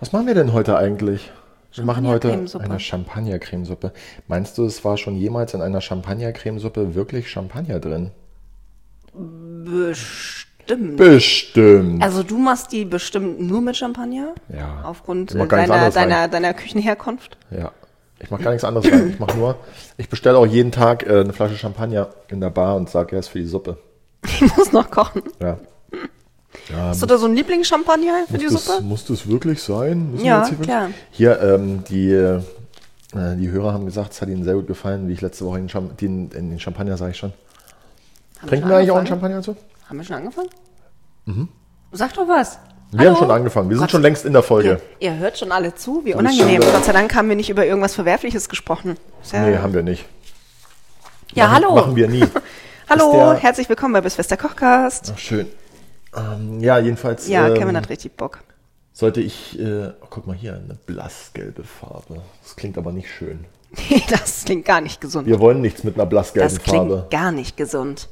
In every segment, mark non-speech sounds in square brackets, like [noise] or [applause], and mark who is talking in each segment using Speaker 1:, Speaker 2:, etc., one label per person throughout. Speaker 1: Was machen wir denn heute eigentlich? Wir machen heute
Speaker 2: Champagner-Cremesuppe.
Speaker 1: eine Champagner-Cremesuppe. Meinst du, es war schon jemals in einer Champagner-Cremesuppe wirklich Champagner drin?
Speaker 2: Bestimmt.
Speaker 1: Bestimmt.
Speaker 2: Also du machst die bestimmt nur mit Champagner?
Speaker 1: Ja.
Speaker 2: Aufgrund
Speaker 1: Ich mach
Speaker 2: äh,
Speaker 1: gar nichts
Speaker 2: deiner,
Speaker 1: anderes rein.
Speaker 2: deiner, deiner Küchenherkunft?
Speaker 1: ja. Ich mache gar nichts anderes rein. Ich mache nur, ich bestelle auch jeden Tag äh, eine Flasche Champagner in der Bar und sage, er ist für die Suppe.
Speaker 2: Ich muss noch kochen.
Speaker 1: Ja.
Speaker 2: Hast du da so einen Lieblingschampagner für
Speaker 1: Muss
Speaker 2: die
Speaker 1: das,
Speaker 2: Suppe?
Speaker 1: Muss das wirklich sein? Müssen
Speaker 2: Ja,
Speaker 1: wir jetzt hier wirklich-
Speaker 2: klar.
Speaker 1: Hier, ähm, die, äh, die Hörer haben gesagt, es hat ihnen sehr gut gefallen, wie ich letzte Woche in, Cham den, in den Champagner, sage ich schon.
Speaker 2: Haben
Speaker 1: Trinken
Speaker 2: schon
Speaker 1: wir eigentlich auch einen
Speaker 2: angefangen?
Speaker 1: Champagner dazu?
Speaker 2: Haben wir schon angefangen? Sag doch was.
Speaker 1: Wir haben schon angefangen. Wir sind
Speaker 2: Gott.
Speaker 1: schon längst in der Folge.
Speaker 2: Ihr, ihr hört schon alle zu, wie
Speaker 1: bist
Speaker 2: unangenehm.
Speaker 1: schon da.
Speaker 2: Gott sei Dank haben wir nicht über irgendwas Verwerfliches gesprochen. Ist Ja,
Speaker 1: Nee, haben wir nicht.
Speaker 2: ja
Speaker 1: machen,
Speaker 2: hallo.
Speaker 1: Machen
Speaker 2: [laughs]
Speaker 1: wir nie.
Speaker 2: hallo,
Speaker 1: Ist der-
Speaker 2: herzlich willkommen bei Bisfester Kochcast.
Speaker 1: Ach, schön. Ähm, ja, jedenfalls
Speaker 2: Ja, Kevin
Speaker 1: ähm,
Speaker 2: hat richtig Bock. [laughs]
Speaker 1: sollte ich, äh, oh, guck mal hier, eine blassgelbe Farbe. Das klingt aber nicht schön.
Speaker 2: Nee, das klingt gar nicht gesund.
Speaker 1: Wir wollen nichts mit einer blassgelben
Speaker 2: das klingt
Speaker 1: Farbe.
Speaker 2: gar nicht gesund.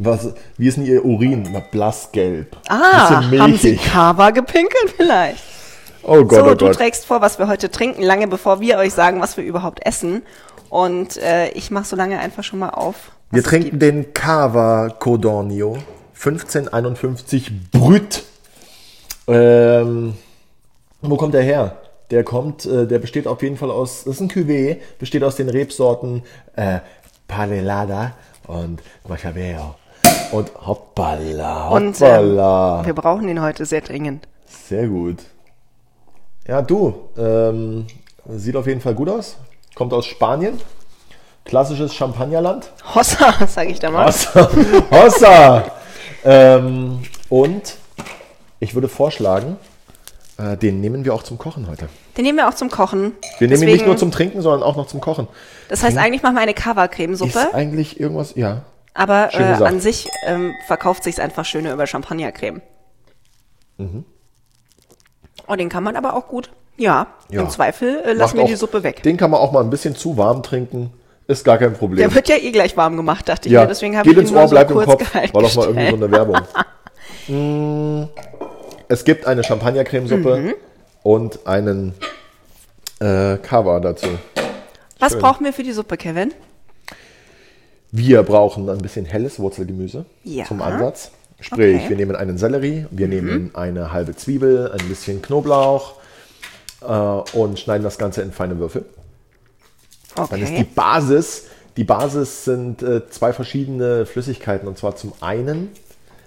Speaker 1: Was, wie ist denn Ihr Urin? Na, blassgelb.
Speaker 2: Ah,
Speaker 1: Bisschen
Speaker 2: haben Sie
Speaker 1: milchig.
Speaker 2: Kava gepinkelt vielleicht?
Speaker 1: Oh
Speaker 2: so,
Speaker 1: Gott, oh
Speaker 2: du
Speaker 1: Gott.
Speaker 2: trägst vor, was wir heute trinken, lange bevor wir euch sagen, was wir überhaupt essen. Und äh, ich mache so lange einfach schon mal auf. was
Speaker 1: Wir
Speaker 2: es
Speaker 1: trinken
Speaker 2: gibt.
Speaker 1: den Cava Codornio 1551 Brüt. Ähm, wo kommt der her? Der kommt, äh, der besteht auf jeden Fall aus, das ist ein Cuvée, besteht aus den Rebsorten äh, Palelada und Machabeo. Und hoppala,
Speaker 2: Und ähm,
Speaker 1: hoppala.
Speaker 2: wir brauchen den heute sehr dringend. [laughs]
Speaker 1: Sehr gut. Ja, du, ähm, sieht auf jeden Fall gut aus. Kommt aus Spanien. Klassisches Champagnerland.
Speaker 2: Hossa, sage ich da mal.
Speaker 1: Hossa. Hossa. ähm, und ich würde vorschlagen, äh, den nehmen wir auch zum Kochen heute.
Speaker 2: Den nehmen wir auch zum Kochen.
Speaker 1: Wir nehmen ihn nicht
Speaker 2: Deswegen-
Speaker 1: nur zum Trinken, sondern auch noch zum Kochen.
Speaker 2: Das heißt, eigentlich machen wir eine
Speaker 1: Ist
Speaker 2: Kava-Cremesuppe,
Speaker 1: eigentlich irgendwas, ja.
Speaker 2: aber
Speaker 1: schön
Speaker 2: äh,
Speaker 1: gesagt.
Speaker 2: an sich ähm, verkauft sich's einfach schöner über Champagnercreme.
Speaker 1: Mhm.
Speaker 2: Oh, den kann man aber auch gut. Ja,
Speaker 1: Ja.
Speaker 2: im Zweifel äh,
Speaker 1: Macht
Speaker 2: lassen wir die
Speaker 1: auch-
Speaker 2: Suppe weg.
Speaker 1: Den kann man auch mal ein bisschen zu warm trinken. Ist gar kein Problem.
Speaker 2: Der wird ja [laughs] eh gleich warm gemacht, dachte ich
Speaker 1: ja,
Speaker 2: mir. Deswegen habe
Speaker 1: geht
Speaker 2: ich ihn
Speaker 1: ins
Speaker 2: nur
Speaker 1: Ohr,
Speaker 2: so
Speaker 1: bleibt im
Speaker 2: kurz
Speaker 1: Kopf.
Speaker 2: gehalten.
Speaker 1: War doch mal irgendwie so eine Werbung. Mm, es gibt eine Champagner-Cremesuppe
Speaker 2: Mhm.
Speaker 1: und einen äh, Cover dazu.
Speaker 2: Was brauchen wir für die Suppe, Kevin?
Speaker 1: Wir brauchen ein bisschen helles Wurzelgemüse
Speaker 2: Ja.
Speaker 1: zum Ansatz. Sprich,
Speaker 2: Okay. Mhm.
Speaker 1: wir nehmen einen Sellerie, wir nehmen eine halbe Zwiebel, ein bisschen Knoblauch äh, und schneiden das Ganze in feine Würfel. Dann ist die
Speaker 2: Okay.
Speaker 1: Basis, die Basis sind äh, zwei verschiedene Flüssigkeiten. Und zwar zum einen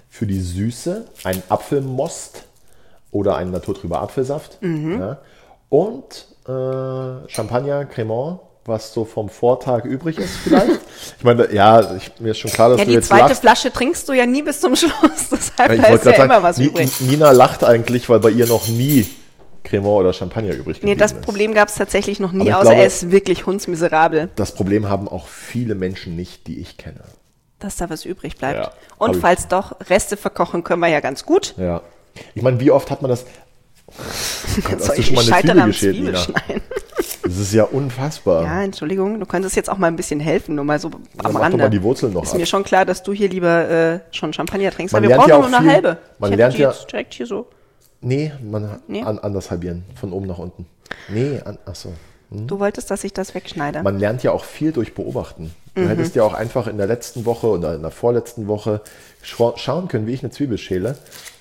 Speaker 1: für die Süße ein Apfelmost oder ein naturtrüber Apfelsaft.
Speaker 2: Mhm.
Speaker 1: Ja. Und äh, Champagner Cremant, was so vom Vortag übrig ist
Speaker 2: [laughs]
Speaker 1: vielleicht. ich meine, ja, ich, mir ist schon klar, dass
Speaker 2: Ja,
Speaker 1: du
Speaker 2: die
Speaker 1: jetzt
Speaker 2: zweite
Speaker 1: lachst.
Speaker 2: Flasche trinkst du ja nie bis zum [laughs] Schluss. Deshalb
Speaker 1: Ja,
Speaker 2: da ist
Speaker 1: wollte
Speaker 2: ja
Speaker 1: gerade sagen,
Speaker 2: immer was
Speaker 1: Ni-
Speaker 2: übrig.
Speaker 1: Nina lacht eigentlich, weil bei ihr noch nie Cremant oder Champagner übrig geblieben
Speaker 2: Nee, das
Speaker 1: ist.
Speaker 2: Problem gab es tatsächlich noch
Speaker 1: Aber
Speaker 2: nie,
Speaker 1: ich
Speaker 2: außer
Speaker 1: glaube-
Speaker 2: er ist wirklich hundsmiserabel,
Speaker 1: Das Problem haben auch viele Menschen nicht, die ich kenne.
Speaker 2: dass da was übrig bleibt.
Speaker 1: Ja, hab
Speaker 2: Und
Speaker 1: ich-
Speaker 2: falls doch, Reste verkochen können wir ja ganz gut.
Speaker 1: Ja. Ich meine, wie oft hat
Speaker 2: [laughs]
Speaker 1: man das? hast
Speaker 2: Soll
Speaker 1: du
Speaker 2: ich
Speaker 1: schon mal eine
Speaker 2: scheitern
Speaker 1: Zwiebel
Speaker 2: am
Speaker 1: geschält,
Speaker 2: Zwiebel
Speaker 1: Nina?
Speaker 2: schneiden?
Speaker 1: Das ist ja unfassbar.
Speaker 2: Ja, Entschuldigung, du könntest jetzt auch mal ein bisschen helfen, nur mal so am
Speaker 1: mach doch
Speaker 2: Rande.
Speaker 1: mal die Wurzeln noch
Speaker 2: Ist
Speaker 1: ab.
Speaker 2: mir schon klar, dass du hier lieber äh, schon Champagner trinkst,
Speaker 1: Man
Speaker 2: aber wir
Speaker 1: lernt
Speaker 2: brauchen
Speaker 1: ja
Speaker 2: nur
Speaker 1: auch
Speaker 2: eine
Speaker 1: viel-
Speaker 2: halbe.
Speaker 1: man
Speaker 2: ich
Speaker 1: lernt
Speaker 2: hätte die
Speaker 1: ja-
Speaker 2: jetzt direkt hier so.
Speaker 1: Nee, man
Speaker 2: Nee.
Speaker 1: An, anders halbieren, von oben nach unten. Nee, an, achso.
Speaker 2: Du wolltest, dass ich das wegschneide.
Speaker 1: Mhm. Man lernt ja auch viel durch Beobachten.
Speaker 2: Mhm.
Speaker 1: Du hättest ja auch einfach in der letzten Woche oder in der vorletzten Woche schwa- schauen können, wie ich eine Zwiebel schäle.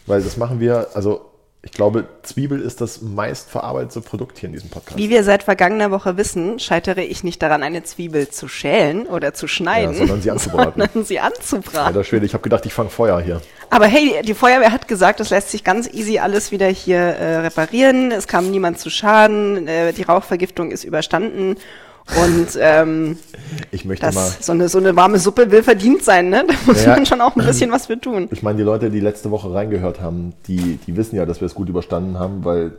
Speaker 1: Weil das machen wir, also ich glaube, Zwiebel ist das meistverarbeitete Produkt hier in diesem Podcast.
Speaker 2: Wie wir seit vergangener Woche wissen, scheitere ich nicht daran, eine Zwiebel zu schälen oder zu schneiden,
Speaker 1: Ja, sondern sie anzubraten.
Speaker 2: [laughs] sondern sie anzubraten.
Speaker 1: Alter Schwede, ich habe gedacht, ich fange Feuer hier.
Speaker 2: Aber hey, die Feuerwehr hat gesagt, das lässt sich ganz easy alles wieder hier äh, reparieren. Es kam niemand zu Schaden, äh, die Rauchvergiftung ist überstanden Und ähm,
Speaker 1: Ich möchte mal.
Speaker 2: das, so, eine, so eine warme Suppe will verdient sein, ne? Da muss
Speaker 1: Ja.
Speaker 2: man schon auch ein bisschen was für tun.
Speaker 1: [clears throat] Ich meine, die Leute, die letzte Woche reingehört haben, die, die wissen ja, dass wir es gut überstanden haben, weil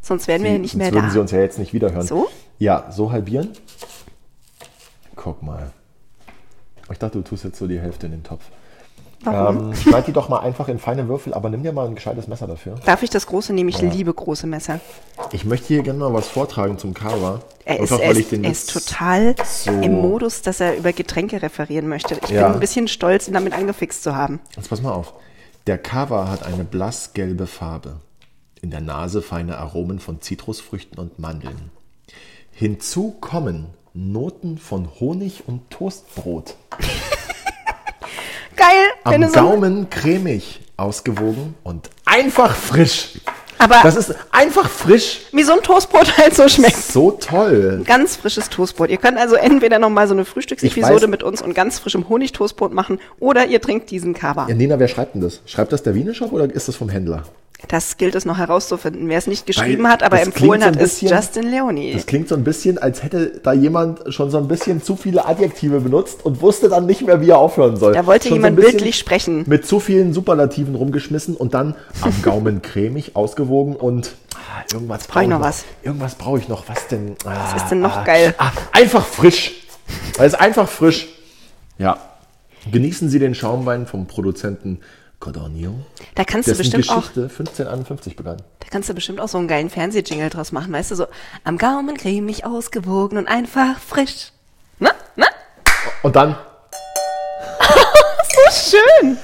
Speaker 2: Sonst wären wir ja
Speaker 1: die,
Speaker 2: nicht
Speaker 1: sonst
Speaker 2: mehr
Speaker 1: würden sie
Speaker 2: da.
Speaker 1: uns ja jetzt nicht wiederhören.
Speaker 2: So?
Speaker 1: Ja, so halbieren. Guck mal. Ich dachte, du tust jetzt so die Hälfte in den Topf. Ähm, schneid die doch mal einfach in feine Würfel, aber nimm dir mal ein gescheites Messer dafür.
Speaker 2: Darf ich das große nehmen? Ich liebe große Messer.
Speaker 1: Ich möchte hier gerne mal was vortragen zum Kawa.
Speaker 2: Er ist,
Speaker 1: Einfach,
Speaker 2: er
Speaker 1: weil ich
Speaker 2: ist,
Speaker 1: den
Speaker 2: er
Speaker 1: jetzt-
Speaker 2: ist total
Speaker 1: so-
Speaker 2: im Modus, dass er über Getränke referieren möchte. Ich
Speaker 1: Ja.
Speaker 2: bin ein bisschen stolz, ihn damit angefixt zu haben.
Speaker 1: Jetzt pass mal auf. Der Kawa hat eine blassgelbe Farbe. In der Nase feine Aromen von Zitrusfrüchten und Mandeln. Hinzu kommen Noten von Honig und Toastbrot.
Speaker 2: Geil! Wenn du
Speaker 1: Am
Speaker 2: so
Speaker 1: Gaumen cremig, ausgewogen und einfach frisch.
Speaker 2: Aber-
Speaker 1: das ist einfach frisch.
Speaker 2: wie so ein Toastbrot [laughs] halt so schmeckt.
Speaker 1: So toll.
Speaker 2: Ganz frisches Toastbrot. Ihr könnt also entweder nochmal so eine
Speaker 1: Ich
Speaker 2: Frühstücksepisode
Speaker 1: weiß-
Speaker 2: mit uns und ganz frischem Honigtoastbrot machen oder ihr trinkt diesen Kaba.
Speaker 1: Ja, Nina, wer schreibt denn das? Schreibt das der Wiener Shop oder ist das vom Händler?
Speaker 2: Das gilt es noch herauszufinden. Wer es nicht geschrieben
Speaker 1: Weil
Speaker 2: hat, aber
Speaker 1: das
Speaker 2: empfohlen
Speaker 1: klingt so ein
Speaker 2: hat, ist
Speaker 1: bisschen-
Speaker 2: Justin Leonie.
Speaker 1: Das klingt so ein bisschen, als hätte da jemand schon so ein bisschen zu viele Adjektive benutzt und wusste dann nicht mehr, wie er aufhören soll.
Speaker 2: Da wollte
Speaker 1: schon
Speaker 2: jemand
Speaker 1: bisschen
Speaker 2: bildlich sprechen.
Speaker 1: Mit zu vielen Superlativen rumgeschmissen und dann
Speaker 2: [laughs]
Speaker 1: am Gaumen cremig, ausgewogen und ah, irgendwas brauche
Speaker 2: ich noch was.
Speaker 1: Irgendwas brauche ich noch. Was denn? Ah,
Speaker 2: ist denn noch geil?
Speaker 1: Ah, einfach frisch. Es ist einfach frisch. Ja. Genießen Sie den Schaumwein vom Produzenten Cordonio,
Speaker 2: Da kannst du
Speaker 1: dessen
Speaker 2: bestimmt auch
Speaker 1: Geschichte 1551 begann.
Speaker 2: Da kannst du bestimmt auch so einen geilen Fernsehjingle draus machen, weißt du, so am Gaumen cremig ausgewogen und einfach frisch. Ne? Na, na?
Speaker 1: Und dann
Speaker 2: So schön.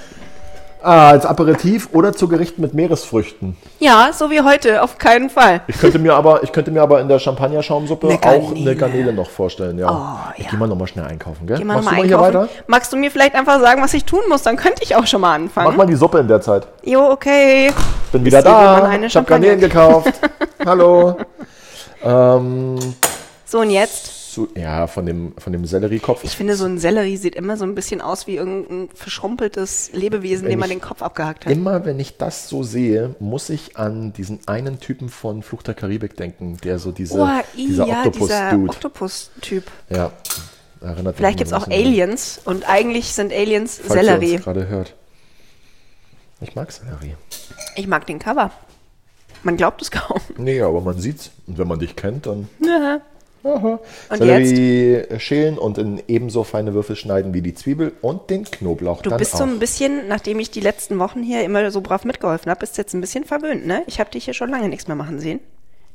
Speaker 1: ah, als Aperitif oder zu Gericht mit Meeresfrüchten.
Speaker 2: Ja, so wie heute, auf keinen Fall.
Speaker 1: Ich könnte mir aber, ich könnte mir aber in der Champagnerschaumsuppe
Speaker 2: Eine
Speaker 1: auch
Speaker 2: Garnele. Oh,
Speaker 1: eine Garnele noch vorstellen, ja. ich
Speaker 2: ja.
Speaker 1: geh mal nochmal schnell einkaufen, gell?
Speaker 2: Geh
Speaker 1: Machst
Speaker 2: noch
Speaker 1: du mal
Speaker 2: mal
Speaker 1: hier weiter?
Speaker 2: einkaufen. Magst du mir vielleicht einfach sagen, was ich tun muss? Dann könnte ich auch schon mal
Speaker 1: Mach
Speaker 2: anfangen.
Speaker 1: mal die Suppe in der Zeit.
Speaker 2: Jo, okay.
Speaker 1: Bin wieder
Speaker 2: Ist hier jemand
Speaker 1: da.
Speaker 2: eine
Speaker 1: Ich habe Garnelen gekauft.
Speaker 2: [laughs]
Speaker 1: Hallo. ähm,
Speaker 2: So, und jetzt?
Speaker 1: so, ja, von dem, von dem Selleriekopf.
Speaker 2: Ich finde, so ein Sellerie sieht immer so ein bisschen aus wie irgendein verschrumpeltes Lebewesen, dem man
Speaker 1: ich-
Speaker 2: den Kopf abgehackt hat.
Speaker 1: Immer wenn ich das so sehe, muss ich an diesen einen Typen von Fluch der Karibik denken, der so diese,
Speaker 2: Oh, i,
Speaker 1: dieser
Speaker 2: ja, dieser
Speaker 1: Oktopus-Dude.
Speaker 2: Oktopus-Typ.
Speaker 1: ja. Erinnert mich
Speaker 2: Vielleicht
Speaker 1: ein
Speaker 2: gibt's auch
Speaker 1: bisschen dran.
Speaker 2: Aliens und eigentlich sind Aliens
Speaker 1: Falls ihr
Speaker 2: Sellerie.
Speaker 1: uns gerade hört. Ich mag Sellerie.
Speaker 2: Ich mag den Cover. Man glaubt es
Speaker 1: [laughs]
Speaker 2: kaum.
Speaker 1: Nee, aber man sieht's. Und wenn man dich kennt, dann. Aha.
Speaker 2: Und
Speaker 1: Sellerie schälen und in ebenso feine Würfel schneiden wie die Zwiebel und den Knoblauch
Speaker 2: Du
Speaker 1: dann
Speaker 2: bist
Speaker 1: auch.
Speaker 2: so ein bisschen, nachdem ich die letzten Wochen hier immer so brav mitgeholfen habe, bist jetzt ein bisschen verwöhnt, ne? Ich habe dich hier schon lange nichts mehr machen sehen.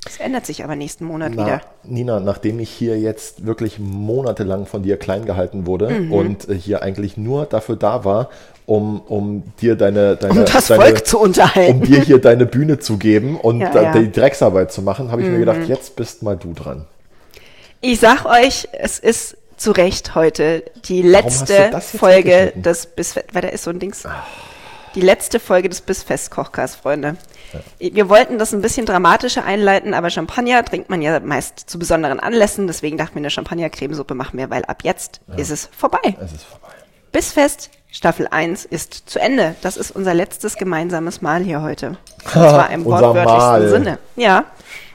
Speaker 2: Das ändert sich aber nächsten Monat
Speaker 1: Na,
Speaker 2: wieder.
Speaker 1: Nina, nachdem ich hier jetzt wirklich monatelang von dir klein gehalten wurde
Speaker 2: Mhm.
Speaker 1: und äh, hier eigentlich nur dafür da war, um, um dir deine, deine,
Speaker 2: Um das
Speaker 1: deine
Speaker 2: Volk zu unterhalten.
Speaker 1: um dir hier deine Bühne zu geben und
Speaker 2: Ja,
Speaker 1: da,
Speaker 2: ja. Mhm.
Speaker 1: die Drecksarbeit zu machen, habe ich mir gedacht, jetzt bist mal du dran.
Speaker 2: Ich sag euch, es ist zu Recht heute die
Speaker 1: hast du
Speaker 2: letzte
Speaker 1: das jetzt Ah.
Speaker 2: Folge
Speaker 1: weggeschnitten?
Speaker 2: des Bisfest, weil da ist so ein Dings. Die letzte Folge des Bisfest Kochkast, Freunde. Wir wollten das ein bisschen dramatischer einleiten, aber Champagner trinkt man ja meist zu besonderen Anlässen, deswegen dachten wir, eine Champagner-Cremesuppe machen wir, weil ab jetzt ist es vorbei.
Speaker 1: Es ist vorbei.
Speaker 2: Bisfest Staffel 1 ist zu Ende. Das ist unser letztes gemeinsames Mahl hier heute. Und zwar im
Speaker 1: Unser
Speaker 2: wortwörtlichsten
Speaker 1: Mahl.
Speaker 2: Sinne. Ja,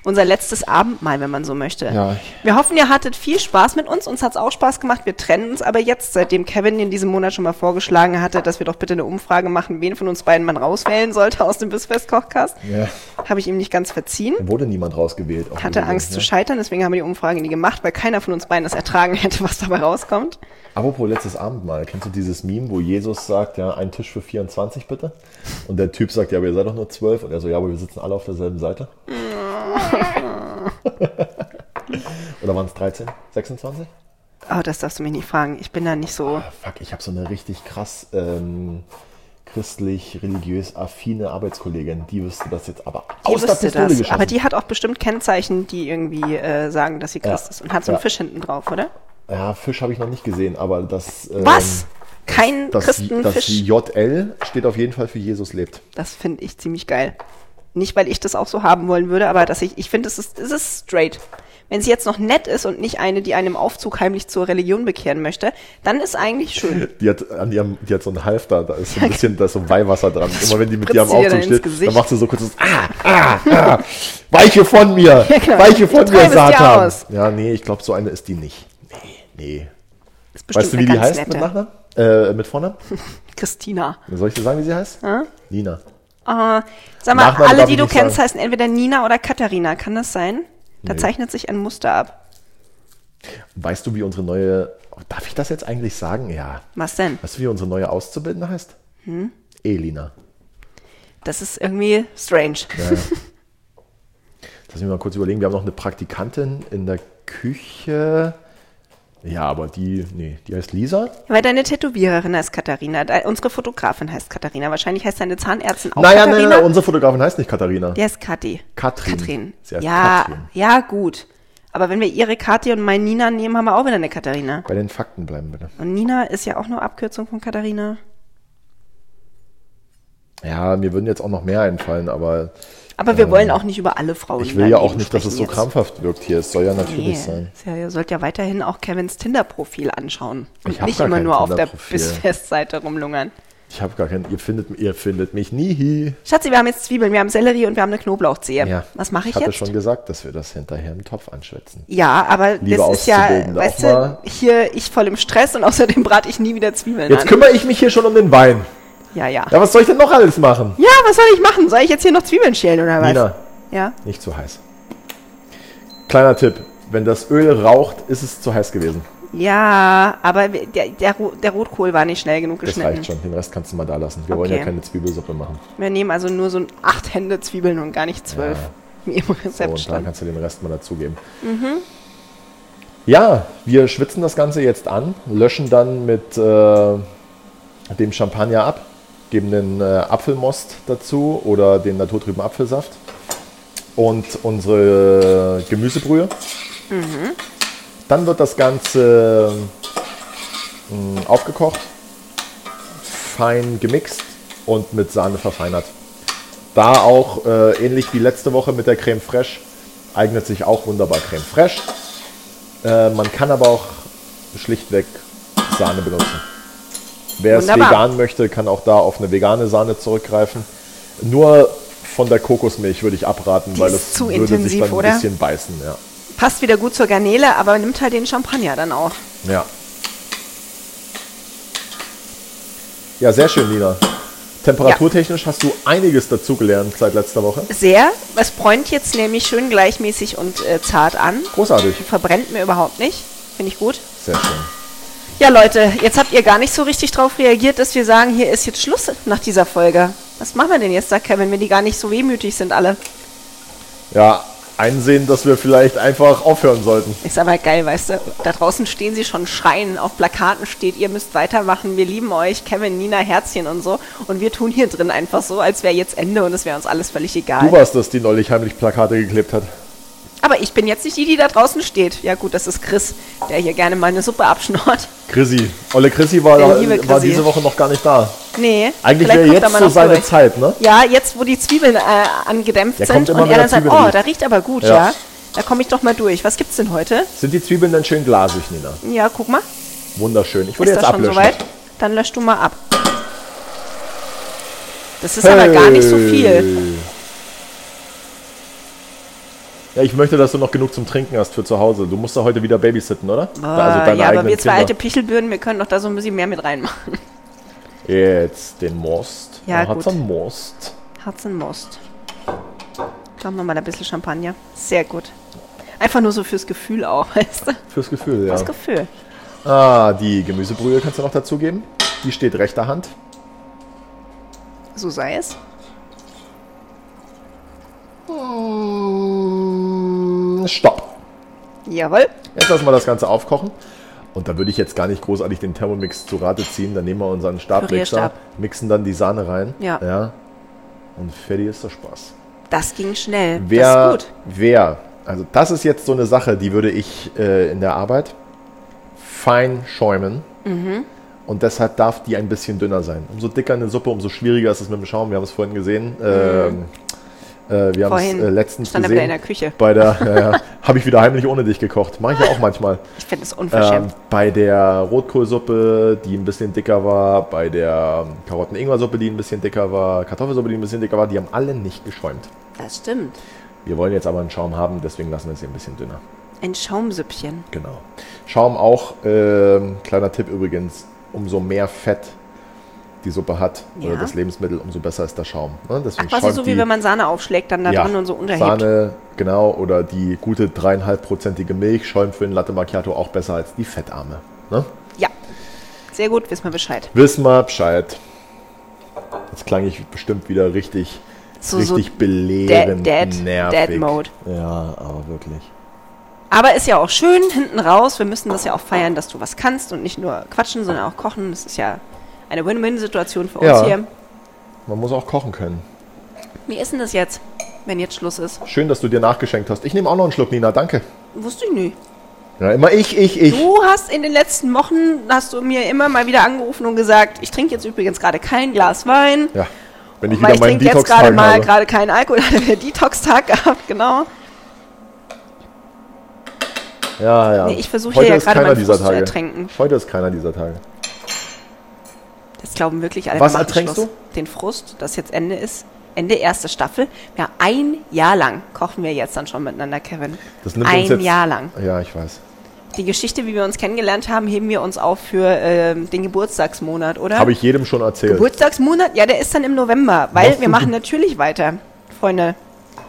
Speaker 2: unser letztes Abendmahl, wenn man so möchte.
Speaker 1: Ja.
Speaker 2: Wir hoffen, ihr hattet viel Spaß mit uns. Uns hat es auch Spaß gemacht. Wir trennen uns aber jetzt, seitdem Kevin in diesem Monat schon mal vorgeschlagen hatte, dass wir doch bitte eine Umfrage machen, wen von uns beiden man rauswählen sollte aus dem Bisfest-Kochcast.
Speaker 1: Ja.
Speaker 2: Habe ich ihm nicht ganz verziehen.
Speaker 1: Wurde niemand rausgewählt. auch
Speaker 2: Hatte
Speaker 1: übrigens,
Speaker 2: Angst zu
Speaker 1: ne?
Speaker 2: scheitern, deswegen haben wir die Umfrage nie gemacht, weil keiner von uns beiden das ertragen hätte, was dabei rauskommt.
Speaker 1: Apropos letztes Abendmahl, kennst du dieses Meme, wo Jesus sagt, ja, ein Tisch für 24 bitte? Und der Typ sagt, ja, aber ihr seid doch nur 12. Und er so, ja, aber wir sitzen alle auf
Speaker 2: [laughs]
Speaker 1: derselben Seite. Oder waren es 13? 26?
Speaker 2: Oh, das darfst du mich nicht fragen. Ich bin da nicht so.
Speaker 1: Ah, fuck, ich habe so eine richtig krass ähm, christlich-religiös affine Arbeitskollegin. Die wüsste das jetzt aber
Speaker 2: Die
Speaker 1: aus der
Speaker 2: wusste
Speaker 1: Pistole
Speaker 2: das,
Speaker 1: geschossen.
Speaker 2: aber die hat auch bestimmt Kennzeichen, die irgendwie äh, sagen, dass sie Christ
Speaker 1: Ja.
Speaker 2: ist und hat so einen
Speaker 1: Ja.
Speaker 2: Fisch hinten drauf, oder?
Speaker 1: ja, Fisch habe ich noch nicht gesehen, aber das... ähm,
Speaker 2: Was? Kein
Speaker 1: Das, das
Speaker 2: Christenfisch?
Speaker 1: JL steht auf jeden Fall für Jesus lebt.
Speaker 2: Das finde ich ziemlich geil. Nicht, weil ich das auch so haben wollen würde, aber dass ich, ich finde, es ist, es ist straight. Wenn sie jetzt noch nett ist und nicht eine, die einen im Aufzug heimlich zur Religion bekehren möchte, dann ist eigentlich
Speaker 1: [laughs]
Speaker 2: schön.
Speaker 1: Die hat, an ihrem, die hat so einen Halfter, da ist so ein bisschen, da ist so ein Weihwasser dran. Immer wenn die mit
Speaker 2: spritzt sie
Speaker 1: dir am
Speaker 2: dir dann
Speaker 1: Aufzug
Speaker 2: ins
Speaker 1: steht,
Speaker 2: Gesicht.
Speaker 1: dann machst du so kurz das, ah, ah, ah, weiche
Speaker 2: [laughs]
Speaker 1: von mir,
Speaker 2: genau.
Speaker 1: weiche von
Speaker 2: Du
Speaker 1: mir,
Speaker 2: treibst die
Speaker 1: Satan.
Speaker 2: aus.
Speaker 1: Ja, nee, ich glaube, so eine ist die nicht. Nee, nee.
Speaker 2: Ist bestimmt
Speaker 1: Weißt du,
Speaker 2: eine
Speaker 1: wie die
Speaker 2: ganz
Speaker 1: heißt mit Nachnamen? Äh,
Speaker 2: [laughs]
Speaker 1: mit Vornamen?
Speaker 2: Christina.
Speaker 1: Soll ich dir sagen, wie sie heißt? Nina.
Speaker 2: Äh, sag mal,
Speaker 1: Nachname
Speaker 2: alle,
Speaker 1: darf
Speaker 2: die
Speaker 1: ich
Speaker 2: du
Speaker 1: nicht
Speaker 2: kennst,
Speaker 1: sagen.
Speaker 2: heißen entweder Nina oder Katharina. Kann das sein? Da
Speaker 1: Nee.
Speaker 2: zeichnet sich ein Muster ab.
Speaker 1: Weißt du, wie unsere neue, darf ich das jetzt eigentlich sagen? Ja.
Speaker 2: Was denn?
Speaker 1: Weißt du, wie unsere neue Auszubildende heißt?
Speaker 2: Hm?
Speaker 1: Elina.
Speaker 2: Das ist irgendwie strange.
Speaker 1: Lass mich mal kurz überlegen. Wir haben noch eine Praktikantin in der Küche. Ja, aber die, nee, die heißt Lisa.
Speaker 2: Weil deine Tätowiererin heißt Katharina. De unsere Fotografin heißt Katharina. Wahrscheinlich heißt deine Zahnärztin auch
Speaker 1: naja, nein,
Speaker 2: Katharina.
Speaker 1: nein, unsere Fotografin heißt nicht Katharina.
Speaker 2: Die heißt Kathi.
Speaker 1: Katrin.
Speaker 2: Katrin.
Speaker 1: Sie heißt
Speaker 2: ja,
Speaker 1: Katrin.
Speaker 2: ja, gut. Aber wenn wir ihre Kathi und meine Nina nehmen, haben wir auch wieder eine Katharina.
Speaker 1: Bei den Fakten bleiben bitte.
Speaker 2: Und Nina ist ja auch nur Abkürzung von Katharina.
Speaker 1: Ja, mir würden jetzt auch noch mehr einfallen, aber
Speaker 2: Aber wir wollen auch nicht über alle Frauen
Speaker 1: ich will ja auch
Speaker 2: daneben
Speaker 1: nicht, dass es so
Speaker 2: sprechen jetzt.
Speaker 1: krampfhaft wirkt hier. Es soll ja natürlich
Speaker 2: Nee,
Speaker 1: sein.
Speaker 2: ist ja- ihr sollt ja weiterhin auch Kevins Tinder-Profil anschauen.
Speaker 1: Ich
Speaker 2: Und
Speaker 1: hab
Speaker 2: nicht
Speaker 1: gar
Speaker 2: immer
Speaker 1: kein
Speaker 2: nur auf der
Speaker 1: Tinder-Profil.
Speaker 2: Bissfest-Seite rumlungern.
Speaker 1: Ich habe gar keinen. Ihr findet, ihr findet mich nie.
Speaker 2: Schatzi, wir haben jetzt Zwiebeln, wir haben Sellerie und wir haben eine Knoblauchzehe.
Speaker 1: Ja.
Speaker 2: Was mache ich,
Speaker 1: hatte
Speaker 2: jetzt?
Speaker 1: schon gesagt, dass wir das hinterher im Topf anschwitzen.
Speaker 2: Ja, aber
Speaker 1: Liebe
Speaker 2: das ist ja,
Speaker 1: Auszubildende,
Speaker 2: weißt
Speaker 1: auch mal-
Speaker 2: du, hier ich voll im Stress und [laughs] außerdem brate ich nie wieder Zwiebeln
Speaker 1: Jetzt
Speaker 2: an.
Speaker 1: kümmere ich mich hier schon um den Wein.
Speaker 2: Ja, ja.
Speaker 1: Ja, was soll ich denn noch alles machen?
Speaker 2: Ja, was soll ich machen? Soll ich jetzt hier noch Zwiebeln schälen oder was?
Speaker 1: Nina.
Speaker 2: Ja.
Speaker 1: Nicht zu heiß. Kleiner Tipp: Wenn das Öl raucht, ist es zu heiß gewesen.
Speaker 2: Ja, aber der, der, Ro- der Rotkohl war nicht schnell genug
Speaker 1: Das
Speaker 2: geschnitten.
Speaker 1: reicht schon. Den Rest kannst du mal da lassen. Wir wollen
Speaker 2: Okay.
Speaker 1: ja keine Zwiebelsuppe machen.
Speaker 2: Wir nehmen also nur so acht Hände Zwiebeln und gar nicht zwölf. Wie im
Speaker 1: So,
Speaker 2: Rezept
Speaker 1: und dann
Speaker 2: stand.
Speaker 1: kannst du den Rest mal dazugeben. Ja, wir schwitzen das Ganze jetzt an, löschen dann mit äh, dem Champagner ab, geben den äh, Apfelmost dazu oder den naturtrüben Apfelsaft und unsere Gemüsebrühe. Dann wird das Ganze mh, aufgekocht, fein gemixt und mit Sahne verfeinert. Da auch äh, ähnlich wie letzte Woche mit der Creme Fraiche eignet sich auch wunderbar Creme Fraiche. Äh, man kann aber auch schlichtweg Sahne benutzen. Wer
Speaker 2: Wunderbar.
Speaker 1: es vegan möchte, kann auch da auf eine vegane Sahne zurückgreifen. Nur von der Kokosmilch würde ich abraten, weil
Speaker 2: ist
Speaker 1: das
Speaker 2: zu
Speaker 1: würde sich
Speaker 2: intensiv,
Speaker 1: dann ein
Speaker 2: oder?
Speaker 1: bisschen beißen. Ja.
Speaker 2: Passt wieder gut zur Garnele, aber nimmt halt den Champagner dann auch.
Speaker 1: Ja. Ja, sehr schön, Nina. Temperaturtechnisch hast du einiges dazugelernt seit letzter Woche.
Speaker 2: Sehr. Es bräunt jetzt nämlich schön gleichmäßig und äh, zart an.
Speaker 1: Großartig.
Speaker 2: Verbrennt mir überhaupt nicht. Finde ich gut.
Speaker 1: Sehr schön.
Speaker 2: Ja, Leute, jetzt habt ihr gar nicht so richtig drauf reagiert, dass wir sagen, hier ist jetzt Schluss nach dieser Folge. Was machen wir denn jetzt da, Kevin, wenn die gar nicht so wehmütig sind alle?
Speaker 1: Ja, einsehen, dass wir vielleicht einfach aufhören sollten.
Speaker 2: Ist aber geil, weißt du. Da draußen stehen sie schon schreien. Auf Plakaten steht, ihr müsst weitermachen, wir lieben euch, Kevin, Nina, Herzchen und so. Und wir tun hier drin einfach so, als wäre jetzt Ende und es wäre uns alles völlig
Speaker 1: Du
Speaker 2: egal.
Speaker 1: warst das, die neulich heimlich Plakate geklebt hat.
Speaker 2: Aber ich bin jetzt nicht die, die da draußen steht. Ja gut, das ist Chris, der hier gerne mal eine Suppe abschnort.
Speaker 1: Chrissy. Olle Chrissy war,
Speaker 2: Der liebe
Speaker 1: war
Speaker 2: Chrissy.
Speaker 1: diese Woche noch gar nicht da.
Speaker 2: Nee,
Speaker 1: Eigentlich
Speaker 2: vielleicht
Speaker 1: wäre
Speaker 2: kommt er
Speaker 1: jetzt
Speaker 2: mal
Speaker 1: so
Speaker 2: noch
Speaker 1: seine
Speaker 2: durch.
Speaker 1: Zeit, ne?
Speaker 2: Ja, jetzt, wo die Zwiebeln äh, angedämpft
Speaker 1: Der
Speaker 2: sind
Speaker 1: kommt immer
Speaker 2: und er
Speaker 1: wieder
Speaker 2: dann sagt,
Speaker 1: Zwiebeln
Speaker 2: oh,
Speaker 1: riecht.
Speaker 2: da riecht aber gut, ja.
Speaker 1: Ja.
Speaker 2: Da komme ich doch mal durch. Was gibt's denn heute?
Speaker 1: Sind die Zwiebeln denn schön glasig, Nina?
Speaker 2: Ja, guck mal.
Speaker 1: Wunderschön. Ich würde
Speaker 2: Ist
Speaker 1: jetzt
Speaker 2: das schon
Speaker 1: ablöschen.
Speaker 2: soweit? Dann lösch du mal ab. Das ist aber gar nicht so viel.
Speaker 1: Ja, ich möchte, dass du noch genug zum Trinken hast für zu Hause. Du musst doch heute wieder babysitten, oder?
Speaker 2: Ah, ja, aber wir zwei alte
Speaker 1: Also eigenen
Speaker 2: Pichelbirnen, wir können doch da so ein bisschen mehr mit reinmachen. [laughs]
Speaker 1: Kinder. Jetzt den Most.
Speaker 2: Ja,
Speaker 1: Da hat's
Speaker 2: gut.
Speaker 1: einen Most.
Speaker 2: Herzenmost. Machen wir mal ein bisschen Champagner. Sehr gut. Einfach nur so fürs Gefühl auch, [laughs] weißt du?
Speaker 1: Fürs Gefühl, ja.
Speaker 2: Das Gefühl.
Speaker 1: Ah, die Gemüsebrühe kannst du noch dazugeben. Die steht rechter Hand.
Speaker 2: So sei es.
Speaker 1: Stopp.
Speaker 2: Jawohl.
Speaker 1: Jetzt lassen wir das Ganze aufkochen. Und da würde ich jetzt gar nicht großartig den Thermomix zu Rate ziehen. Dann nehmen wir unseren Stabmixer,
Speaker 2: Pürierstab.
Speaker 1: mixen dann die Sahne rein.
Speaker 2: Ja.
Speaker 1: Und fertig ist der Spaß.
Speaker 2: Das ging schnell.
Speaker 1: Wer,
Speaker 2: das ist gut.
Speaker 1: wer, also das ist jetzt so eine Sache, die würde ich äh, in der Arbeit fein schäumen.
Speaker 2: Mhm.
Speaker 1: Und deshalb darf die ein bisschen dünner sein. Umso dicker eine Suppe, umso schwieriger ist es mit dem Schaum. Wir haben es vorhin gesehen. Ähm, Äh, wir haben es
Speaker 2: Mhm. Vorhin
Speaker 1: äh, letztens
Speaker 2: stand er
Speaker 1: gesehen.
Speaker 2: wieder in der Küche. Ah. [laughs]
Speaker 1: Bei der ja, ja, habe ich wieder heimlich ohne dich gekocht. Mache ich ja auch manchmal.
Speaker 2: Ich finde es
Speaker 1: Ähm,
Speaker 2: unverschämt.
Speaker 1: bei der Rotkohlsuppe, die ein bisschen dicker war, bei der ähm, Karotten-Ingwer-Suppe, die ein bisschen dicker war, Kartoffelsuppe, die ein bisschen dicker war, die haben alle nicht geschäumt.
Speaker 2: Das stimmt.
Speaker 1: Wir wollen jetzt aber einen Schaum haben, deswegen lassen wir es hier ein bisschen dünner.
Speaker 2: Ein Schaumsüppchen.
Speaker 1: Genau. Schaum auch, ähm, kleiner Tipp übrigens, umso mehr Fett die Suppe hat
Speaker 2: Ja.
Speaker 1: oder das Lebensmittel, umso besser ist der Schaum. Ne? Deswegen
Speaker 2: Ach, quasi
Speaker 1: schäumt
Speaker 2: so wie
Speaker 1: die-
Speaker 2: wenn man Sahne aufschlägt, dann da
Speaker 1: ja,
Speaker 2: drin und so unterhebt.
Speaker 1: Sahne, genau, oder die gute dreieinhalbprozentige Milch schäumt für den Latte Macchiato auch besser als die fettarme. Ne?
Speaker 2: Ja. Sehr gut, wissen wir Bescheid.
Speaker 1: Wissen wir Bescheid. Jetzt klang ich bestimmt wieder richtig,
Speaker 2: So- so
Speaker 1: richtig belehrend
Speaker 2: dead- dead-
Speaker 1: nervig.
Speaker 2: dead mode.
Speaker 1: Ja, aber wirklich.
Speaker 2: Aber ist ja auch schön, hinten raus. Wir müssen das ja auch feiern, dass du was kannst und nicht nur quatschen, sondern auch kochen. Das ist ja eine Win-Win-Situation für uns
Speaker 1: Ja.
Speaker 2: hier.
Speaker 1: Man muss auch kochen können.
Speaker 2: Wie ist denn das jetzt, wenn jetzt Schluss ist?
Speaker 1: Schön, dass du dir nachgeschenkt hast. Ich nehme auch noch einen Schluck, Nina, danke.
Speaker 2: Wusste ich nicht.
Speaker 1: Ja, immer ich, ich, ich.
Speaker 2: Du hast in den letzten Wochen, hast du mir immer mal wieder angerufen und gesagt, ich trinke jetzt übrigens gerade kein Glas Wein,
Speaker 1: Ja, wenn ich
Speaker 2: weil
Speaker 1: wieder
Speaker 2: ich
Speaker 1: meinen
Speaker 2: trinke jetzt
Speaker 1: detox
Speaker 2: gerade
Speaker 1: tag
Speaker 2: mal
Speaker 1: habe.
Speaker 2: gerade keinen Alkohol, [laughs] hat wir Detox-Tag gehabt, genau.
Speaker 1: ja, ja.
Speaker 2: Nee, ich versuche
Speaker 1: Heute
Speaker 2: hier ja
Speaker 1: ist
Speaker 2: gerade
Speaker 1: keiner
Speaker 2: meinen
Speaker 1: dieser
Speaker 2: Frust zu
Speaker 1: Tage.
Speaker 2: ertränken.
Speaker 1: Heute ist keiner dieser Tage.
Speaker 2: Das glauben wirklich alle.
Speaker 1: Was
Speaker 2: Wir machen
Speaker 1: ertränkst
Speaker 2: Schluss. Den Frust, dass jetzt Ende ist. Ende erste Staffel. Ja, ein Jahr lang kochen wir jetzt dann schon miteinander, Kevin.
Speaker 1: Das nimmt
Speaker 2: ein
Speaker 1: uns jetzt,
Speaker 2: Jahr lang.
Speaker 1: Ja, ich weiß.
Speaker 2: Die Geschichte, wie wir uns kennengelernt haben, heben wir uns auf für ähm, den Geburtstagsmonat, oder?
Speaker 1: Habe ich jedem schon erzählt.
Speaker 2: Geburtstagsmonat? Ja, der ist dann im November, weil
Speaker 1: Noch-
Speaker 2: wir machen natürlich weiter. Freunde,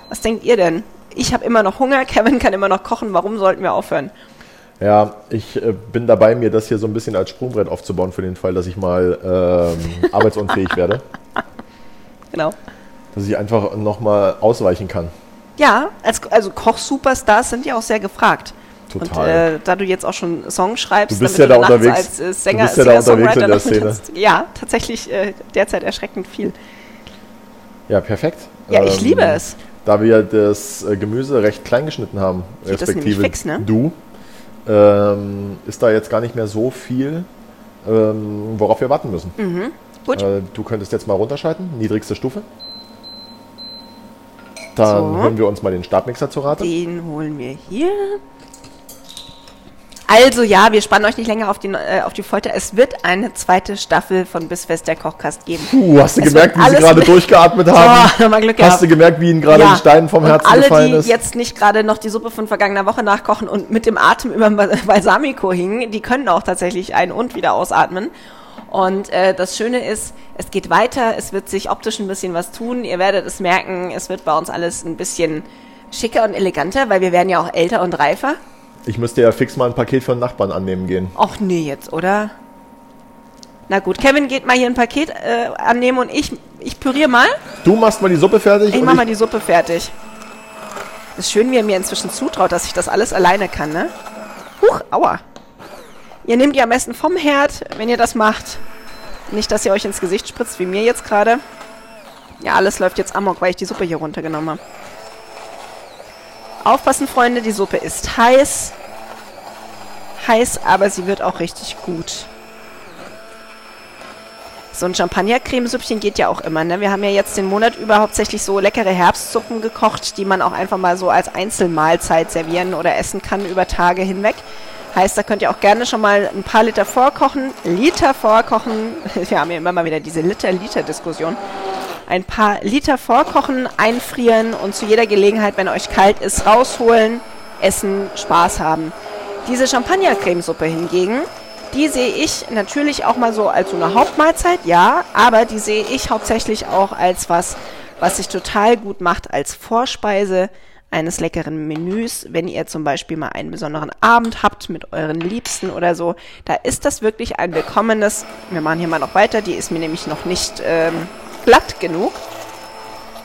Speaker 2: was denkt ihr denn? Ich habe immer noch Hunger, [laughs] Kevin kann immer noch kochen, warum sollten wir aufhören?
Speaker 1: Ja, ich äh, bin dabei, mir das hier so ein bisschen als Sprungbrett aufzubauen für den Fall, dass ich mal
Speaker 2: [laughs]
Speaker 1: ähm, arbeitsunfähig werde.
Speaker 2: Genau.
Speaker 1: Dass ich einfach nochmal ausweichen kann.
Speaker 2: Ja, als, also Koch-Superstars sind ja auch sehr gefragt.
Speaker 1: Total.
Speaker 2: Und äh, da du jetzt auch schon Songs schreibst,
Speaker 1: Du bist
Speaker 2: damit
Speaker 1: ja
Speaker 2: du
Speaker 1: da
Speaker 2: nachts
Speaker 1: unterwegs.
Speaker 2: als äh,
Speaker 1: Du
Speaker 2: Sänger,
Speaker 1: bist ja da
Speaker 2: Singer-Songwriter
Speaker 1: unterwegs in der
Speaker 2: noch mit- Ja, tatsächlich äh, derzeit erschreckend viel.
Speaker 1: Ja, perfekt. Ähm,
Speaker 2: Ja, ich liebe es.
Speaker 1: Da wir das äh, Gemüse recht klein geschnitten haben,
Speaker 2: Geht das nämlich fix, ne?
Speaker 1: du, ähm, ist da jetzt gar nicht mehr so viel, ähm, worauf wir warten müssen.
Speaker 2: Mhm. Gut.
Speaker 1: Äh, du könntest jetzt mal runterschalten, niedrigste Stufe. Dann
Speaker 2: So.
Speaker 1: hören wir uns mal den Stabmixer zu Rate.
Speaker 2: Den holen wir hier. Also ja, wir spannen euch nicht länger auf die, äh, auf die Folter. Es wird eine zweite Staffel von Bis Fest der Kochkast geben.
Speaker 1: Puh, Uh, hast du
Speaker 2: Es
Speaker 1: gemerkt,
Speaker 2: wird
Speaker 1: wie sie
Speaker 2: alles
Speaker 1: gerade
Speaker 2: mit- [laughs]
Speaker 1: durchgeatmet haben?
Speaker 2: Boah, nochmal Glück
Speaker 1: hast
Speaker 2: gehabt.
Speaker 1: du gemerkt, wie ihnen gerade ein Stein vom
Speaker 2: und
Speaker 1: Herzen
Speaker 2: alle,
Speaker 1: gefallen
Speaker 2: die
Speaker 1: ist?
Speaker 2: jetzt nicht gerade noch die Suppe von vergangener Woche nachkochen und mit dem Atem über dem Bal- [laughs] Balsamico hingen, die können auch tatsächlich ein- und wieder ausatmen. Und äh, das Schöne ist, es geht weiter, es wird sich optisch ein bisschen was tun. Ihr werdet es merken, es wird bei uns alles ein bisschen schicker und eleganter, weil wir werden ja auch älter und reifer.
Speaker 1: Ich müsste ja fix mal ein Paket für einen Nachbarn annehmen gehen.
Speaker 2: Och nee, jetzt, oder? Na gut, Kevin geht mal hier ein Paket äh, annehmen und ich, ich püriere mal.
Speaker 1: Du machst mal die Suppe fertig
Speaker 2: Ich
Speaker 1: und
Speaker 2: mach mal die Suppe fertig. Ist schön, wie er mir inzwischen zutraut, dass ich das alles alleine kann, ne? Huch, aua. Ihr nehmt die am besten vom Herd, wenn ihr das macht. Nicht, dass ihr euch ins Gesicht spritzt, wie mir jetzt gerade. Ja, alles läuft jetzt amok, weil ich die Suppe hier runtergenommen habe. Aufpassen, Freunde, die Suppe ist heiß. Heiß, aber sie wird auch richtig gut. So ein Champagner-Cremesüppchen geht ja auch immer. Ne? Wir haben ja jetzt den Monat über hauptsächlich so leckere Herbstsuppen gekocht, die man auch einfach mal so als Einzelmahlzeit servieren oder essen kann über Tage hinweg. Heißt, da könnt ihr auch gerne schon mal ein paar Liter vorkochen. Liter vorkochen. [laughs] Wir haben ja immer mal wieder diese Liter-Liter-Diskussion. Ein paar Liter vorkochen, einfrieren und zu jeder Gelegenheit, wenn euch kalt ist, rausholen, essen, Spaß haben. Diese Champagner-Cremesuppe hingegen, die sehe ich natürlich auch mal so als so eine Hauptmahlzeit, ja, aber die sehe ich hauptsächlich auch als was, was sich total gut macht als Vorspeise eines leckeren Menüs, wenn ihr zum Beispiel mal einen besonderen Abend habt mit euren Liebsten oder so, da ist das wirklich ein willkommenes, wir machen hier mal noch weiter, die ist mir nämlich noch nicht ähm, glatt genug,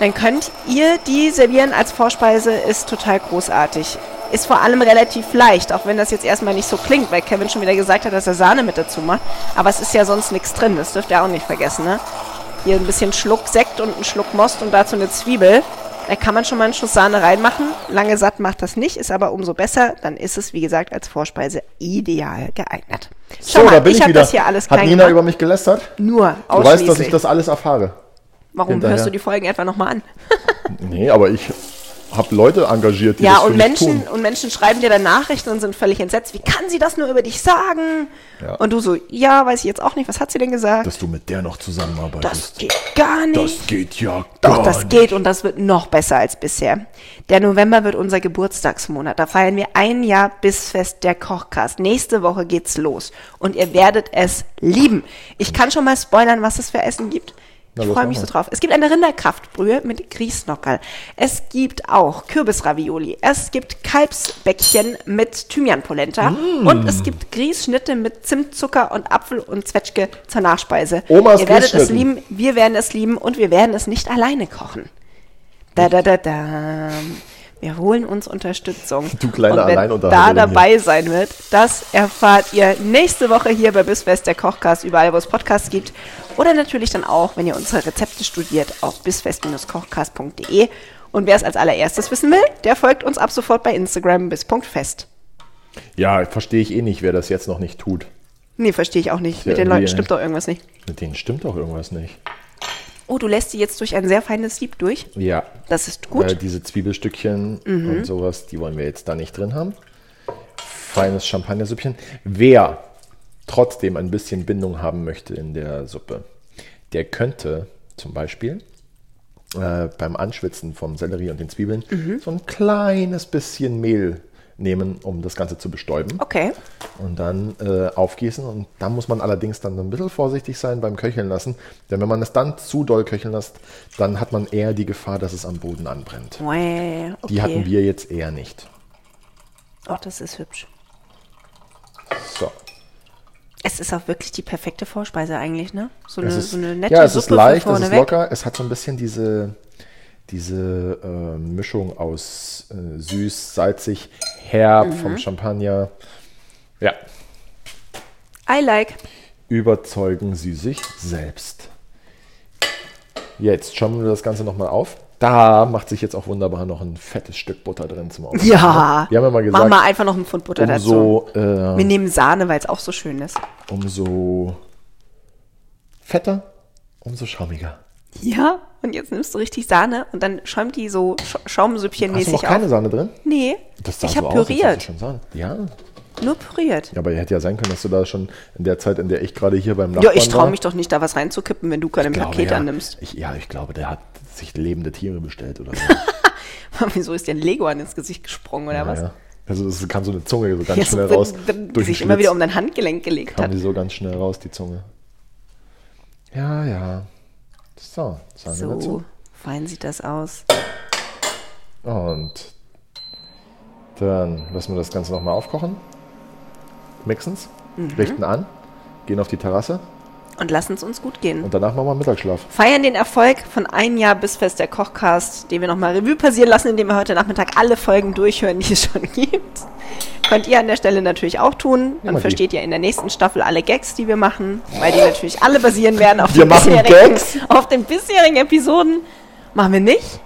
Speaker 2: dann könnt ihr die servieren als Vorspeise, ist total großartig. Ist vor allem relativ leicht, auch wenn das jetzt erstmal nicht so klingt, weil Kevin schon wieder gesagt hat, dass er Sahne mit dazu macht. Aber es ist ja sonst nichts drin, das dürft ihr auch nicht vergessen, ne? Hier ein bisschen Schluck Sekt und ein Schluck Most und dazu eine Zwiebel. Da kann man schon mal einen Schuss Sahne reinmachen. Lange satt macht das nicht, ist aber umso besser. Dann ist es, wie gesagt, als Vorspeise ideal geeignet. Schau
Speaker 1: so,
Speaker 2: mal,
Speaker 1: da bin ich,
Speaker 2: ich habe
Speaker 1: wieder.
Speaker 2: das hier alles
Speaker 1: Hat
Speaker 2: klein
Speaker 1: Nina
Speaker 2: gemacht.
Speaker 1: über mich gelästert?
Speaker 2: Nur
Speaker 1: Du weißt, dass
Speaker 2: ausschließlich.
Speaker 1: ich das alles erfahre.
Speaker 2: Warum
Speaker 1: Hinterher.
Speaker 2: hörst du die Folgen etwa nochmal an?
Speaker 1: Nee, aber ich habe Leute engagiert, die
Speaker 2: Ja,
Speaker 1: das für
Speaker 2: und
Speaker 1: mich
Speaker 2: Menschen,
Speaker 1: tun.
Speaker 2: und Menschen schreiben dir dann Nachrichten und sind völlig entsetzt. Wie kann sie das nur über dich sagen?
Speaker 1: Ja.
Speaker 2: Und du so, ja, weiß ich jetzt auch nicht. Was hat sie denn gesagt?
Speaker 1: Dass du mit der noch
Speaker 2: Das
Speaker 1: zusammenarbeitest.
Speaker 2: geht gar nicht.
Speaker 1: Das geht ja gar
Speaker 2: Doch, das
Speaker 1: nicht.
Speaker 2: geht und das wird noch besser als bisher. Der November wird unser Geburtstagsmonat. Da feiern wir ein Jahr Bissfest der Kochcast. Nächste Woche geht's los und ihr werdet es lieben. Ich kann schon mal spoilern, was es für Essen gibt.
Speaker 1: Na,
Speaker 2: Ich
Speaker 1: los,
Speaker 2: freue
Speaker 1: mach
Speaker 2: mich so
Speaker 1: mal.
Speaker 2: drauf. Es gibt eine Rinderkraftbrühe mit Grießnockerl. Es gibt auch Kürbisravioli. Es gibt Kalbsbäckchen mit Thymianpolenta.
Speaker 1: Mm.
Speaker 2: Und es gibt Grießschnitte mit Zimtzucker und Apfel und Zwetschge zur Nachspeise.
Speaker 1: Omas
Speaker 2: ihr werdet es
Speaker 1: Grießschnitten.
Speaker 2: lieben, wir werden es lieben und wir werden es nicht alleine
Speaker 1: Hm.
Speaker 2: kochen. Da, da, da, da. Wir holen uns Unterstützung.
Speaker 1: Du kleine
Speaker 2: und wer da
Speaker 1: Alleinunterhalterin
Speaker 2: dabei sein wird, das erfahrt ihr nächste Woche hier bei Bisfest der Kochcast, überall wo es Podcasts gibt. Oder natürlich dann auch, wenn ihr unsere Rezepte studiert, auf bisfest-kochcast.de. Und wer es als allererstes wissen will, der folgt uns ab sofort bei Instagram bis.fest.
Speaker 1: Ja, verstehe ich eh nicht, wer das jetzt noch nicht tut.
Speaker 2: Nee, verstehe ich auch nicht. Mit
Speaker 1: Ja,
Speaker 2: den Leuten
Speaker 1: nee.
Speaker 2: stimmt doch irgendwas nicht.
Speaker 1: Mit denen stimmt doch irgendwas nicht.
Speaker 2: Oh, du lässt sie jetzt durch ein sehr feines Sieb durch.
Speaker 1: Ja.
Speaker 2: Das ist gut.
Speaker 1: Weil Äh, diese Zwiebelstückchen und sowas, die wollen wir jetzt da nicht drin haben. Feines Champagnersüppchen. Wer trotzdem ein bisschen Bindung haben möchte in der Suppe, der könnte zum Beispiel äh, beim Anschwitzen vom Sellerie und den Zwiebeln so ein kleines bisschen Mehl nehmen, um das Ganze zu bestäuben.
Speaker 2: Okay.
Speaker 1: Und dann äh, aufgießen. Und da muss man allerdings dann ein bisschen vorsichtig sein beim Köcheln lassen. Denn wenn man es dann zu doll köcheln lässt, dann hat man eher die Gefahr, dass es am Boden anbrennt.
Speaker 2: Wow, okay.
Speaker 1: Die hatten wir jetzt eher nicht.
Speaker 2: Oh, das ist hübsch.
Speaker 1: So.
Speaker 2: Es ist auch wirklich die perfekte Vorspeise eigentlich, ne? So eine,
Speaker 1: Es ist,
Speaker 2: so eine nette
Speaker 1: ja, es
Speaker 2: Suppe
Speaker 1: ist leicht,
Speaker 2: von
Speaker 1: es ist
Speaker 2: vorneweg.
Speaker 1: locker. Es hat so ein bisschen diese, diese äh, Mischung aus äh, süß, salzig, herb
Speaker 2: Mhm.
Speaker 1: vom Champagner. Ja.
Speaker 2: I like.
Speaker 1: überzeugen Sie sich selbst. Jetzt schauen wir das Ganze nochmal auf. Da macht sich jetzt auch wunderbar noch ein fettes Stück Butter drin zum Aufschneiden.
Speaker 2: Ja.
Speaker 1: Wir haben ja mal
Speaker 2: Machen wir
Speaker 1: gesagt, um
Speaker 2: einfach noch einen Pfund Butter
Speaker 1: umso,
Speaker 2: dazu.
Speaker 1: äh,
Speaker 2: Wir nehmen Sahne, weil es auch so schön ist.
Speaker 1: umso fetter, umso schaumiger.
Speaker 2: Ja. Und jetzt nimmst du richtig Sahne und dann schäumt die so Sch
Speaker 1: Hast du noch
Speaker 2: Schaumsüppchenmäßig auf.
Speaker 1: keine Sahne drin?
Speaker 2: Nee,
Speaker 1: sah
Speaker 2: ich habe
Speaker 1: aus, als hättest du
Speaker 2: püriert.
Speaker 1: Schon Sahne. Ja. ja,
Speaker 2: Nur püriert.
Speaker 1: aber hätte ja sein können, dass du da schon in der Zeit, in der ich gerade hier beim Nachbarn
Speaker 2: Ja, ich
Speaker 1: war-
Speaker 2: traue mich doch nicht, da was reinzukippen, wenn du gerade ein
Speaker 1: Ich glaube,
Speaker 2: Paket
Speaker 1: ja.
Speaker 2: annimmst. [laughs]
Speaker 1: Ich, ja, ich glaube, der hat sich lebende Tiere bestellt oder so.
Speaker 2: Wieso ist dir ein Lego an ins Gesicht gesprungen oder was?
Speaker 1: Ja. Also es kam so eine Zunge so ganz
Speaker 2: Ja, so
Speaker 1: schnell
Speaker 2: drin-
Speaker 1: raus.
Speaker 2: drin, die
Speaker 1: durch den
Speaker 2: sich immer
Speaker 1: Schlitz
Speaker 2: wieder um dein Handgelenk gelegt
Speaker 1: kam
Speaker 2: hat.
Speaker 1: die so ganz schnell raus, die Zunge. Ja, ja. So, Sahne
Speaker 2: So,
Speaker 1: dazu.
Speaker 2: fein sieht das aus.
Speaker 1: Und dann lassen wir das Ganze nochmal aufkochen. Mixen's,
Speaker 2: Mhm.
Speaker 1: richten an, gehen auf die Terrasse
Speaker 2: Und lassen es uns gut gehen.
Speaker 1: und danach machen wir Mittagsschlaf.
Speaker 2: Feiern den Erfolg von ein Jahr bis fest der Kochcast, den wir nochmal Revue passieren lassen, indem wir heute Nachmittag alle Folgen durchhören, die [laughs] es schon gibt. Könnt ihr an der Stelle natürlich auch tun. Dann
Speaker 1: mal die.
Speaker 2: versteht ihr in der nächsten Staffel alle Gags, die wir machen, weil die natürlich alle basieren werden auf,
Speaker 1: [laughs] Wir
Speaker 2: den
Speaker 1: machen
Speaker 2: bisherigen,
Speaker 1: Gags?
Speaker 2: [laughs] auf den bisherigen Episoden. Machen wir nicht?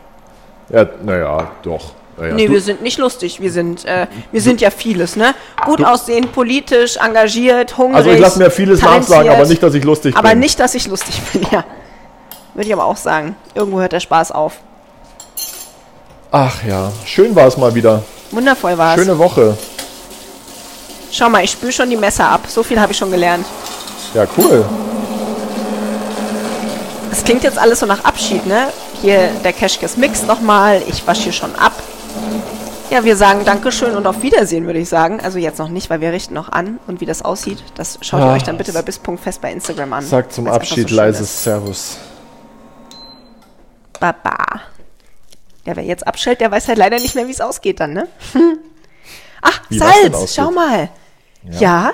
Speaker 1: Ja, naja, doch. Naja,
Speaker 2: Nee,
Speaker 1: du-
Speaker 2: wir sind nicht lustig. Wir sind, äh, wir sind ja vieles, ne? Gut aussehen, politisch, engagiert, hungrig.
Speaker 1: also ich lasse mir vieles nachsagen, aber
Speaker 2: talentiert.
Speaker 1: nicht, dass ich lustig
Speaker 2: Aber
Speaker 1: bin.
Speaker 2: nicht, dass ich lustig bin, ja. Würde ich aber auch sagen. Irgendwo hört der Spaß auf.
Speaker 1: Ach ja, schön war es mal wieder.
Speaker 2: Wundervoll war's.
Speaker 1: Schöne Woche.
Speaker 2: Schau mal, ich spüle schon die Messer ab. So viel habe ich schon gelernt.
Speaker 1: Ja, cool.
Speaker 2: Es klingt jetzt alles so nach Abschied, ne? Hier der Cashkes Mix nochmal. Ich wasche hier schon ab. Ja, wir sagen Dankeschön und auf Wiedersehen, würde ich sagen. Also jetzt noch nicht, weil wir richten noch an. Und wie das aussieht, das schaut ihr
Speaker 1: Ah,
Speaker 2: euch dann bitte bei bis.fest bei Instagram an.
Speaker 1: Sagt zum
Speaker 2: weil's einfach
Speaker 1: Abschied
Speaker 2: so schön ist.
Speaker 1: leises Servus.
Speaker 2: Baba. Ja, wer jetzt abschält, der weiß halt leider nicht mehr, wie es ausgeht dann,
Speaker 1: [laughs]
Speaker 2: ne? Ach,
Speaker 1: Wie was denn
Speaker 2: Salz,
Speaker 1: ausgeht?
Speaker 2: schau mal. Ja,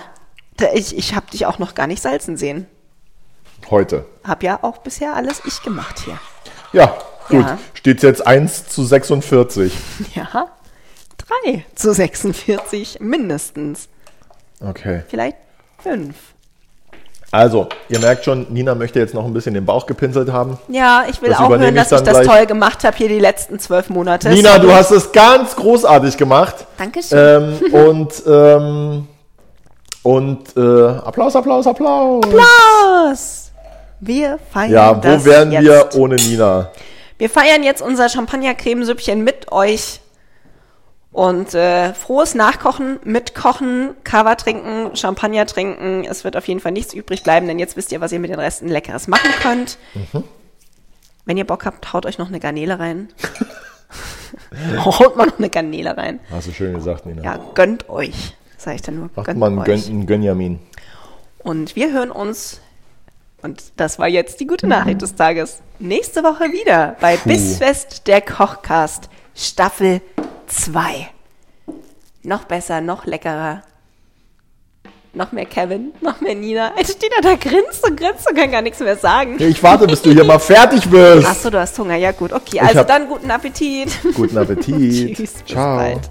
Speaker 2: da, ich, ich habe dich auch noch gar nicht salzen sehen.
Speaker 1: Heute.
Speaker 2: Hab ja auch bisher alles ich gemacht hier. [laughs]
Speaker 1: Ja, gut.
Speaker 2: Ja.
Speaker 1: Steht jetzt 1 zu 46.
Speaker 2: Ja, drei zu 46 mindestens.
Speaker 1: Okay.
Speaker 2: Vielleicht fünf.
Speaker 1: Also, ihr merkt schon, Nina möchte jetzt noch ein bisschen den Bauch gepinselt haben.
Speaker 2: Ja, ich will
Speaker 1: Das
Speaker 2: auch
Speaker 1: übernehme
Speaker 2: hören,
Speaker 1: ich
Speaker 2: dass ich,
Speaker 1: dann
Speaker 2: das
Speaker 1: gleich.
Speaker 2: toll gemacht habe hier die letzten zwölf Monate.
Speaker 1: Nina, du hast es ganz großartig gemacht.
Speaker 2: Dankeschön.
Speaker 1: Ähm, und ähm, und äh, Applaus, Applaus, Applaus.
Speaker 2: Applaus! Wir feiern
Speaker 1: Ja,
Speaker 2: das
Speaker 1: wo wären
Speaker 2: jetzt.
Speaker 1: wir ohne Nina?
Speaker 2: Wir feiern jetzt unser Champagner-Cremesüppchen mit euch. Und äh, frohes Nachkochen, mitkochen, Kava trinken, Champagner trinken. Es wird auf jeden Fall nichts übrig bleiben, denn jetzt wisst ihr, was ihr mit den Resten Leckeres machen könnt.
Speaker 1: Mhm.
Speaker 2: Wenn ihr Bock habt, haut euch noch eine Garnele rein. [laughs] haut mal noch eine Garnele rein.
Speaker 1: Hast du schön gesagt, Nina.
Speaker 2: Ja, gönnt euch, sage ich dann nur.
Speaker 1: Macht man einen
Speaker 2: euch.
Speaker 1: Gönn, einen Gönjamin.
Speaker 2: Und wir hören uns, und das war jetzt die gute Nachricht des Tages, nächste Woche wieder bei
Speaker 1: Puh.
Speaker 2: Bissfest der Kochcast Staffel 2. Noch besser, noch leckerer. Noch mehr Kevin, noch mehr Nina. Als Nina da grinst und grinst und kann gar nichts mehr sagen.
Speaker 1: Ich warte, bis du hier mal fertig bist.
Speaker 2: Achso, du hast Hunger. Ja, gut, okay. Also
Speaker 1: hab-
Speaker 2: dann guten Appetit. [laughs]
Speaker 1: Guten Appetit.
Speaker 2: Tschüss, bis
Speaker 1: Ciao.
Speaker 2: bald.